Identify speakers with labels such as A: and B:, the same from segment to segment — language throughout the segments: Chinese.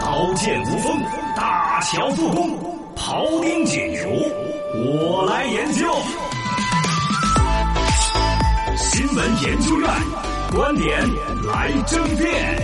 A: 刀剑无锋，大乔复工，庖丁解牛，我来研究。新闻研究院观点来争辩。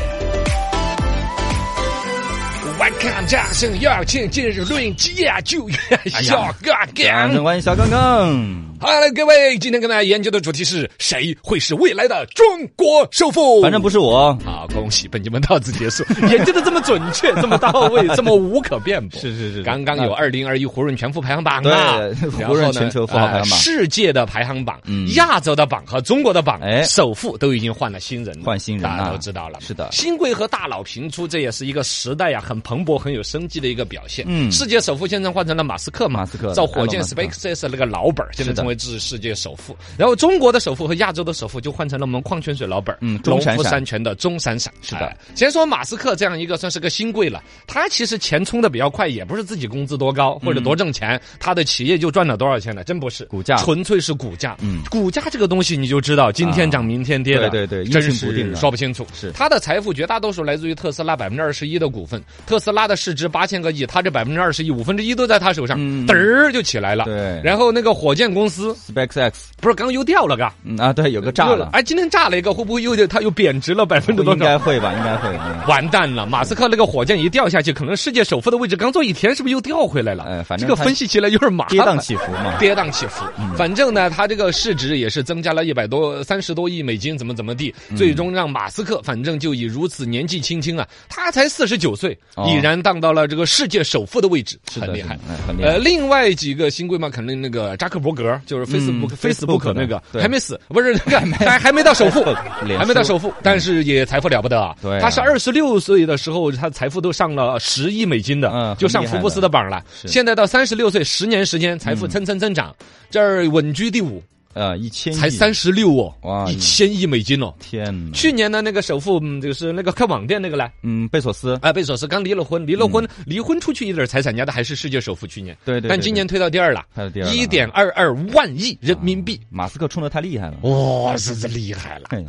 B: 我看战胜要请今日论剑就要小哥
C: 哎掌
B: 哥。
C: 声欢迎小刚刚。
B: 好了，各位，今天跟大家研究的主题是谁会是未来的中国首富？
C: 反正不是我，
B: 好，恭喜本节目到此结束。 研究的这么准确， 这么到位，这么无可辩驳。
C: 是是是
B: 刚刚有二零二一胡润全富排行榜
C: 对
B: 啊，然后
C: 胡润
B: 呢
C: 全球富豪排行榜嗯
B: 呃世界的排行榜、亚洲的榜和中国的榜
C: 哎，
B: 首富都已经换了新人了，
C: 换新人
B: 大家
C: 了
B: 都知道了。
C: 是的
B: 新贵和大佬频出，这也是一个时代呀、很蓬勃、很有生机的一个表现。
C: 嗯
B: 世界首富现在换成了马斯克嘛，
C: 马斯克哎
B: 造火箭
C: 埃隆马斯克
B: SpaceX 那个老本儿现在
C: 是的
B: 成为世世界首富。然后中国的首富和亚洲的首富就换成了我们矿泉水老本儿，
C: 嗯
B: 农
C: 钟闪
B: 夫
C: 闪
B: 山泉的钟闪闪。
C: 是的
B: 哎先说马斯克这样一个算是个新贵了，他其实钱冲的比较快，也不是自己工资多高或者多挣钱，他的企业就赚了多少钱了，真不是
C: 嗯股价
B: 纯粹是股价。
C: 嗯
B: 股价这个东西你就知道，今天涨明天跌的，
C: 啊对对对
B: 真
C: 阴晴不定
B: 是
C: 的
B: 说不清楚。
C: 是
B: 他的财富绝大多数来自于特斯拉百分之二十一的股份，特斯拉的市值八千个亿，他这百分之二十一五分之一都在他手上，
C: 嗯
B: 嘚儿就起来了。
C: 对
B: 然后那个火箭公司
C: SpaceX
B: 不是刚又掉了嘎？
C: 嗯啊，对，有 个炸了，
B: 哎，今天炸了一个，会不会又它又贬值了百分之多
C: 应
B: 少
C: 该？会吧，应该会。嗯
B: 完蛋了！马斯克那个火箭一掉下去，可能世界首富的位置刚坐一天，是不是又掉回来了？
C: 哎反正
B: 这个
C: 他
B: 分析起来有点麻烦，
C: 跌宕起伏嘛嗯
B: 跌宕起伏。反正呢，他这个市值也是增加了一百多、三十多亿美金，怎么怎么地，
C: 嗯
B: 最终让马斯克反正就以如此年纪轻轻啊，他才四十九岁，
C: 哦
B: 已然荡到了这个世界首富的位置，
C: 的
B: 很厉害
C: 是的哎。很厉害
B: 呃，另外几个新贵嘛，肯定那个扎克伯格，就是 Facebook、Facebook
C: 嗯 Facebook
B: 那个
C: 对
B: 还没死，不是 那个还还没到首富，
C: 脸书
B: 还没到首富，但是也财富了不得啊。
C: 对啊
B: 他是二十六岁的时候，他财富都上了十亿美金的，
C: 嗯
B: 就上福布斯的榜了。
C: 是嗯
B: 现在到三十六岁，十年时间财富蹭蹭增长，这儿稳居第五，
C: 呃，一千亿
B: 才三十六哦，
C: 哇嗯
B: 一千亿美金哦。
C: 天哪，
B: 去年呢，那个首富嗯就是那个开网店那个嘞，
C: 嗯，贝索斯，
B: 啊，贝索斯刚离了婚，离了婚，离婚出去一点财产，家的还是世界首富。去年，
C: 嗯对对对
B: 但今年推到第二了，
C: 排到第二了
B: 一点二二万亿人民币。
C: 马斯克冲的太厉害了。
B: 哇，是这厉害了！
C: 嘿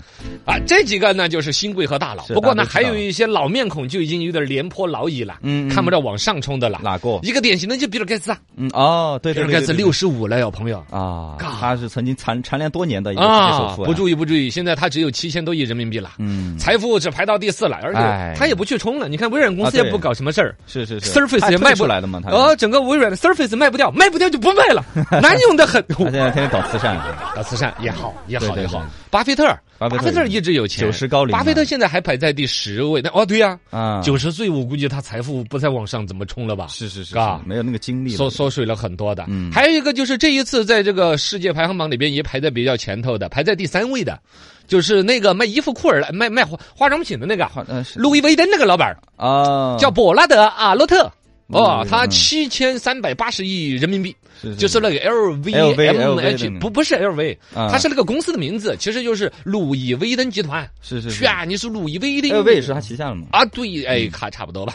B: 啊，这几个呢就是新贵和大佬，
C: 是
B: 不过呢
C: 大家都
B: 还
C: 知道
B: 有一些老面孔就已经有点廉颇老矣了，
C: 嗯嗯
B: 看不到往上冲的了。
C: 哪个
B: 一个典型的就比尔盖茨啊，
C: 嗯，哦，对
B: 比
C: 对
B: 尔
C: 对，
B: 盖
C: 对
B: 茨
C: 对
B: 六十五了哟，朋友。
C: 啊，
B: 嘎
C: 他是曾经蝉蝉联多年的一个世界
B: 啊
C: 首，富，
B: 不，注意不注意，现在他只有七千多亿人民币了，
C: 嗯，
B: 财富只排到第四了，而
C: 哎
B: 且他也不去冲了。你看微软公司也
C: 啊对
B: 不搞什么事儿，
C: 是是是
B: Surface
C: 他
B: 也
C: 退
B: 卖不
C: 出来了嘛，他是，
B: 哦，整个微软的 Surface 卖不掉，卖不掉就不卖 了，难用的很。
C: 他现在天天搞慈善，
B: 搞慈善也好，也好，
C: 对对
B: 也好
C: 对。
B: 巴菲特，
C: 巴菲特
B: 一直有钱，
C: 90高龄
B: 巴菲特现在还排在第十位。那哦，对呀，
C: 啊
B: 九十岁，我估计他财富不再往上怎么冲了吧？
C: 是是是
B: 嘎
C: 是没有那个精力了
B: 缩缩水了很多的。
C: 嗯
B: 还有一个就是这一次在这个世界排行榜里边也排在比较前头的，排在第三位的，就是那个卖衣服、裤儿的、卖卖化化妆品的那个
C: 好呃是
B: 路易威登那个老板儿，
C: 啊，
B: 叫博拉德阿洛特。哦
C: 嗯，
B: 他
C: 嗯
B: 七千三百八十亿人民币，
C: 是
B: 就是那个
C: LV
B: LVMH，
C: 的那个
B: 不不是 LV，、
C: 啊
B: 它是那个公司的名字，其实就是鲁以威登集团。
C: 是是
B: 去
C: 是，
B: 啊，你是鲁以威登
C: 哎，魏是他旗下的嘛，
B: 啊，对，
C: 嗯
B: 哎，卡差不多吧。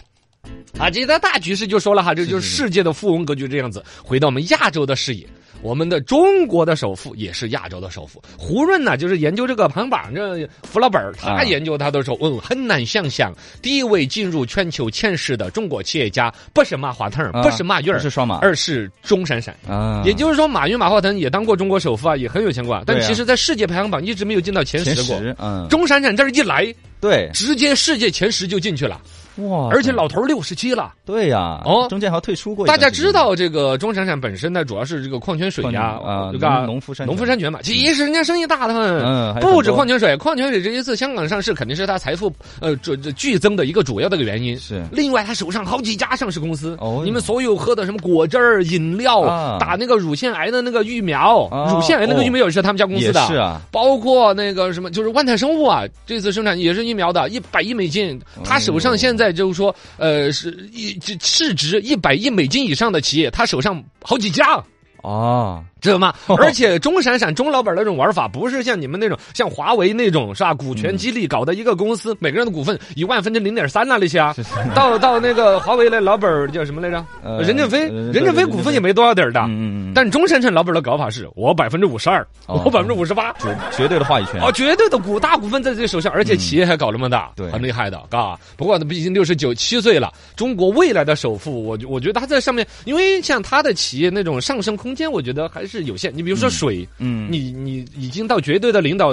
B: 啊，这个大局势就说了哈，这就是世界的富翁格局这样子。回到我们亚洲的视野，我们的中国的首富也是亚洲的首富。胡润呢，就是研究这个排行榜，这福老本儿他
C: 啊
B: 研究他的时候，嗯，很难想象第一位进入全球前十的中国企业家，不是马化腾儿，
C: 啊
B: 不是马云儿，
C: 不是双马
B: 而是钟闪闪。
C: 啊，
B: 也就是说，马云、马化腾也当过中国首富啊，也很有钱过啊。但
C: 对啊
B: 其实，在世界排行榜一直没有进到前
C: 前
B: 十过。
C: 十，嗯，
B: 钟闪闪这儿一来，
C: 对，
B: 直接世界前十就进去了，
C: 哇，
B: 而且老头六十七了。
C: 对呀、
B: 哦
C: 中间还退出过一
B: 大
C: 段时
B: 家
C: 间。
B: 知道这个钟闪闪本身呢，主要是这个矿泉水呀，
C: 矿
B: 这
C: 泉
B: 个
C: 啊农农夫山泉
B: 农夫山泉嘛。其实人家生意大的很，
C: 嗯还有很多
B: 不止矿泉水，矿泉水这一次香港上市肯定是他财富呃这这剧增的一个主要的一个原因。
C: 是
B: 另外他手上好几家上市公司，
C: 哦哟
B: 你们所有喝的什么果汁儿、饮料，
C: 啊
B: 打那个乳腺癌的那个疫苗，
C: 啊
B: 乳腺癌那个
C: 哦
B: 疫苗也是他们家公司的，
C: 也是啊，
B: 包括那个什么，就是万泰生物啊，这次生产也是疫苗的，一百亿美金，他手上现在就是说，呃，是一这市值一百亿美金以上的企业，他手上好几家。
C: 哦，
B: 知道吗？而且钟闪闪、钟老板那种玩法，不是像你们那种像华为那种是吧？股权激励搞的一个公司，每个人的股份一万分之零点三呐那些啊
C: 嗯是是。
B: 到到那个华为那老板儿叫什么来着？
C: 呃
B: 任正非，
C: 呃对
B: 任正非
C: 对
B: 股份也没多少点儿的。
C: 嗯嗯嗯，
B: 但钟闪闪老板的搞法是我百分之五十二，
C: 哦
B: 我百分之五十八，
C: 绝绝对的话语权
B: 哦，绝对的股大股份在自己手上，而且企业还搞那么大，
C: 嗯对
B: 很厉害的，嘎。不过毕竟六十九七岁了，中国未来的首富，我我觉得他在上面，因为像他的企业那种上升空间，我觉得还是有限。你比如说水，
C: 嗯，
B: 你你已经到绝对的领导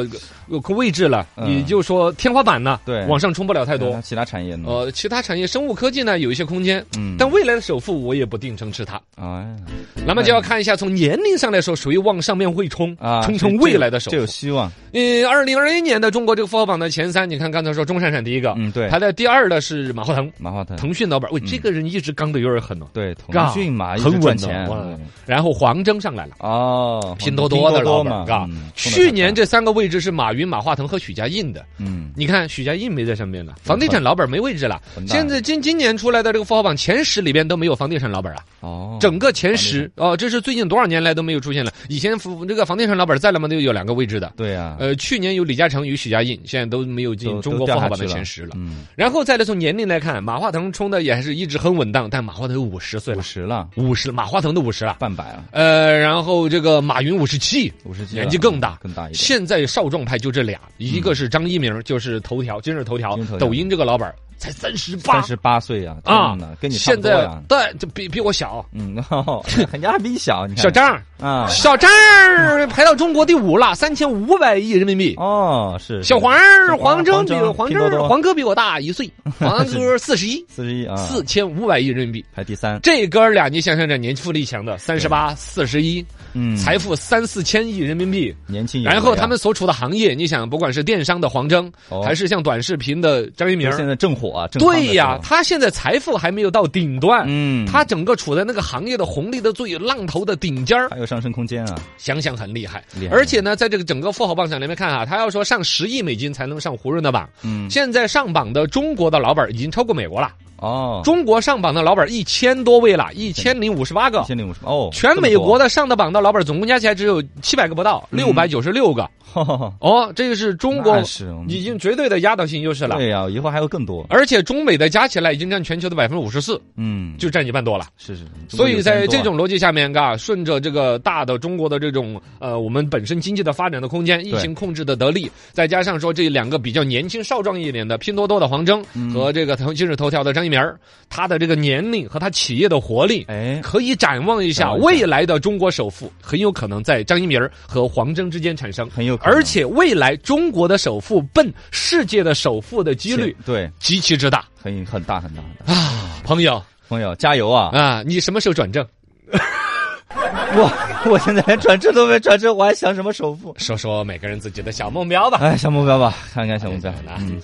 B: 呃位置了，
C: 嗯
B: 你就说天花板呢，
C: 对
B: 往上冲不了太多
C: 那。其他产业呢？
B: 呃，其他产业生物科技呢有一些空间，
C: 嗯，
B: 但未来的首富我也不定成是他。
C: 哎
B: 那么就要看一下从年龄上来说，谁往上面会冲
C: 啊，
B: 冲
C: 这
B: 成
C: 这
B: 未
C: 有
B: 来的首
C: 这有
B: 富。
C: 希望，
B: 嗯，二零二一年的中国这个富豪榜的前三，你看刚才说钟闪闪第一个，
C: 嗯，对，嗯
B: 排在第二的是马化腾，
C: 马化腾，
B: 腾讯老板。喂，这个人一直刚的有点狠哦。
C: 对，腾
B: 嘎
C: 讯嘛，一直
B: 很稳的
C: 赚钱，
B: 哇
C: 嗯
B: 然后黄峥上来了，
C: 哦，
B: 拼多
C: 多
B: 多的老板，
C: 嘛，
B: 嘎
C: 嗯。
B: 去年，这三个位置是马云、马化腾和许家印的。
C: 嗯，
B: 你看许家印没在上面了，房地产老板没位置了。
C: 混蛋
B: 现在今今年出来的这个富豪榜前十里边都没有房地产老板啊，
C: 哦，
B: 整个前十哦，这是最近多少年来都没有出现了。以前房这个房地产老板在了嘛，都有两个位置的。
C: 对啊呀，
B: 呃，去年有李嘉诚与许家印，现在都没有进
C: 都
B: 中
C: 都
B: 国富
C: 掉
B: 豪
C: 下
B: 榜的
C: 去了
B: 前十了。
C: 嗯，
B: 然后再来从年龄来看，马化腾冲的也还是一直很稳当，但马化腾五十岁
C: 五
B: 了，
C: 十了，
B: 五十马化腾都五十了。
C: 半百了，
B: 呃，然后这个马云五十七，
C: 五十几了，
B: 年纪更大
C: 更大一点，
B: 现在少壮派就这俩，一个是张一鸣，就是头条今日头条
C: 嗯今日头条
B: 抖音这个老板儿，才三十八
C: 三十八岁呀，
B: 啊
C: 天哪，跟你差
B: 现
C: 不多
B: 在
C: 呀，
B: 对，就比比我小，
C: 嗯，哦 人家还比你小，你看
B: 小张儿，
C: 啊，
B: 小张儿排到中国第五了，三千五百亿人民币。
C: 哦，是
B: 小黄儿，
C: 小黄
B: 黄峥比我黄
C: 拼多多
B: 峥黄哥比我大一 岁，黄哥四十一，
C: 四十一啊，
B: 四千五百亿人民币。
C: 排第三，
B: 这哥俩，你想想，这年富力强的三十八、四十一，
C: 嗯，
B: 财富三四千亿人民币。
C: 年轻有为啊，
B: 然后他们所处的行业，你想，不管是电商的黄峥，
C: 哦
B: 还是像短视频的张一鸣
C: 就
B: 儿，
C: 现在正火啊，正夯的时候
B: 对呀，他现在财富还没有到顶端，
C: 嗯，
B: 他整个处在那个行业的红利的最浪头的顶尖儿，
C: 还有上升空间啊，
B: 想想很厉害
C: 厉。害
B: 而且呢，在这个整个富豪榜上里面看啊，他要说上十亿美金才能上胡润的榜，
C: 嗯，
B: 现在上榜的中国的老板已经超过美国了。
C: 哦，
B: 中国上榜的老板一千多位了，一千零五十八个
C: 一。千零五十哦，
B: 全美国
C: 的，
B: 的上的榜的老板总共加起来只有七百个不到，六百九十六个。哦，这个是中国
C: 嗯那是我们
B: 已经绝对的压倒性优势了，
C: 对呀，以后还有更多，
B: 而且中美的加起来已经占全球的百分之五十四，
C: 嗯，
B: 就占一半多了。
C: 是是，中国
B: 所以
C: 有
B: 在
C: 钱
B: 这
C: 人多啊
B: 种逻辑下面，嘎，顺着这个大的中国的这种呃，我们本身经济的发展的空间，疫
C: 对
B: 情控制的得力，再加上说这两个比较年轻少壮一点的拼多多的黄峥
C: 嗯
B: 和这个头今日头条的张一鸣儿，他的这个年龄和他企业的活力。
C: 哎，
B: 可以展望一下
C: 展望一下
B: 未来的中国首富，很有可能在张一鸣儿和黄峥之间产生，
C: 很有可能
B: 而且未来中国的首富奔世界的首富的几率
C: 对，
B: 极其之大
C: 很很大很大很大。
B: 啊！朋友
C: 朋友加油啊！
B: 啊，你什么时候转正？
C: 我我现在连转正都没转正，我还想什么首富？
B: 说说每个人自己的小目标吧。
C: 哎，小目标吧，看看小目标
B: 哎。
C: 嗯。